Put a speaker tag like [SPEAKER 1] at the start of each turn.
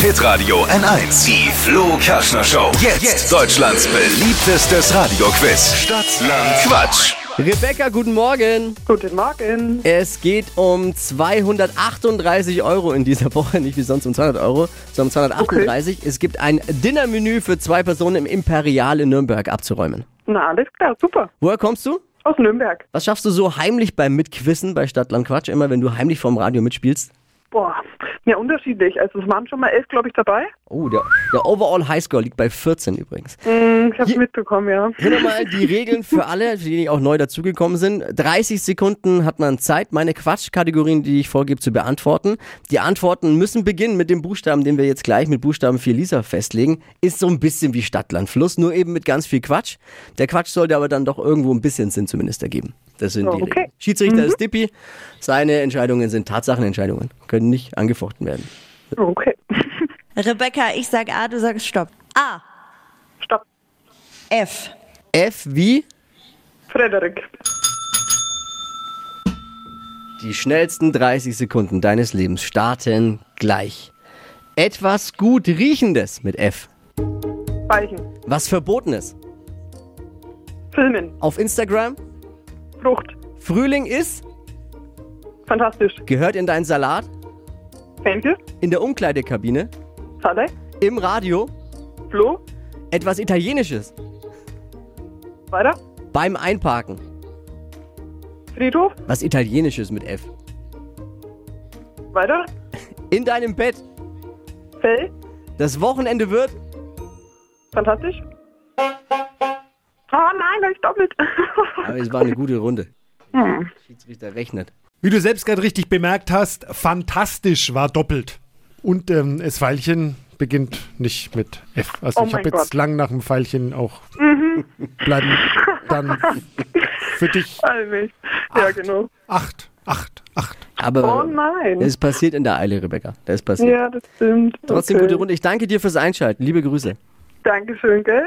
[SPEAKER 1] Hitradio N1. Die Flo Kaschner Show. Jetzt, Deutschlands beliebtestes Radioquiz. Stadt, Land, Quatsch.
[SPEAKER 2] Rebecca, guten Morgen.
[SPEAKER 3] Guten Morgen.
[SPEAKER 2] Es geht um 238 Euro in dieser Woche, nicht wie sonst um 200 Euro, sondern um 238. Es gibt ein Dinnermenü für zwei Personen im Imperial in Nürnberg abzuräumen.
[SPEAKER 3] Na, alles klar, super.
[SPEAKER 2] Woher kommst du?
[SPEAKER 3] Aus Nürnberg.
[SPEAKER 2] Was schaffst du so heimlich beim Mitquissen bei Stadtland Quatsch, immer wenn du heimlich vorm Radio mitspielst?
[SPEAKER 3] Boah, ja, unterschiedlich. Also es waren schon mal elf, glaube ich, dabei.
[SPEAKER 2] Oh, der, der Overall Highscore liegt bei 14 übrigens.
[SPEAKER 3] Hm, Ich habe
[SPEAKER 2] Je-
[SPEAKER 3] mitbekommen, ja.
[SPEAKER 2] Hier nochmal die Regeln für alle, für die die auch neu dazugekommen sind. 30 Sekunden hat man Zeit, meine Quatschkategorien, die ich vorgebe, zu beantworten. Die Antworten müssen beginnen mit dem Buchstaben, den wir jetzt gleich mit Buchstaben 4 Lisa festlegen. Ist so ein bisschen wie Stadtland Fluss, nur eben mit ganz viel Quatsch. Der Quatsch sollte aber dann doch irgendwo ein bisschen Sinn zumindest ergeben. Das sind die
[SPEAKER 3] Okay.
[SPEAKER 2] Regeln. Schiedsrichter ist Dippi. Seine Entscheidungen sind Tatsachenentscheidungen, können nicht angefochten werden.
[SPEAKER 3] Okay.
[SPEAKER 4] Rebecca, ich sag A, du sagst Stopp. A.
[SPEAKER 3] Stopp.
[SPEAKER 4] F.
[SPEAKER 2] F wie
[SPEAKER 3] Frederik.
[SPEAKER 2] Die schnellsten 30 Sekunden deines Lebens starten gleich. Etwas gut riechendes mit F.
[SPEAKER 3] Weichen.
[SPEAKER 2] Was verbotenes.
[SPEAKER 3] Filmen.
[SPEAKER 2] Auf Instagram.
[SPEAKER 3] Frucht.
[SPEAKER 2] Frühling ist.
[SPEAKER 3] Fantastisch.
[SPEAKER 2] Gehört in deinen Salat.
[SPEAKER 3] Fenkel.
[SPEAKER 2] In der Umkleidekabine.
[SPEAKER 3] Falle.
[SPEAKER 2] Im Radio.
[SPEAKER 3] Flo.
[SPEAKER 2] Etwas Italienisches.
[SPEAKER 3] Weiter.
[SPEAKER 2] Beim Einparken.
[SPEAKER 3] Friedhof.
[SPEAKER 2] Was Italienisches mit F.
[SPEAKER 3] Weiter.
[SPEAKER 2] In deinem Bett.
[SPEAKER 3] Fell.
[SPEAKER 2] Das Wochenende wird.
[SPEAKER 3] Fantastisch. Oh nein, da hab ich doppelt.
[SPEAKER 2] Aber es war eine gute Runde.
[SPEAKER 3] Hm.
[SPEAKER 2] Schiedsrichter rechnet.
[SPEAKER 5] Wie du selbst gerade richtig bemerkt hast, fantastisch war doppelt. Und ähm, das Pfeilchen beginnt nicht mit F. Also
[SPEAKER 3] Oh
[SPEAKER 5] ich
[SPEAKER 3] mein
[SPEAKER 5] habe jetzt
[SPEAKER 3] Gott. Mhm.
[SPEAKER 5] lang nach dem Pfeilchen auch bleiben. Dann für dich
[SPEAKER 3] Albig. Ja, genau.
[SPEAKER 5] acht, acht, acht.
[SPEAKER 2] Aber
[SPEAKER 3] Oh nein.
[SPEAKER 2] es passiert in der Eile, Rebecca. Das passiert.
[SPEAKER 3] Ja, das stimmt.
[SPEAKER 2] Trotzdem
[SPEAKER 3] okay.
[SPEAKER 2] gute Runde. Ich danke dir fürs Einschalten. Liebe Grüße.
[SPEAKER 3] Dankeschön, gell?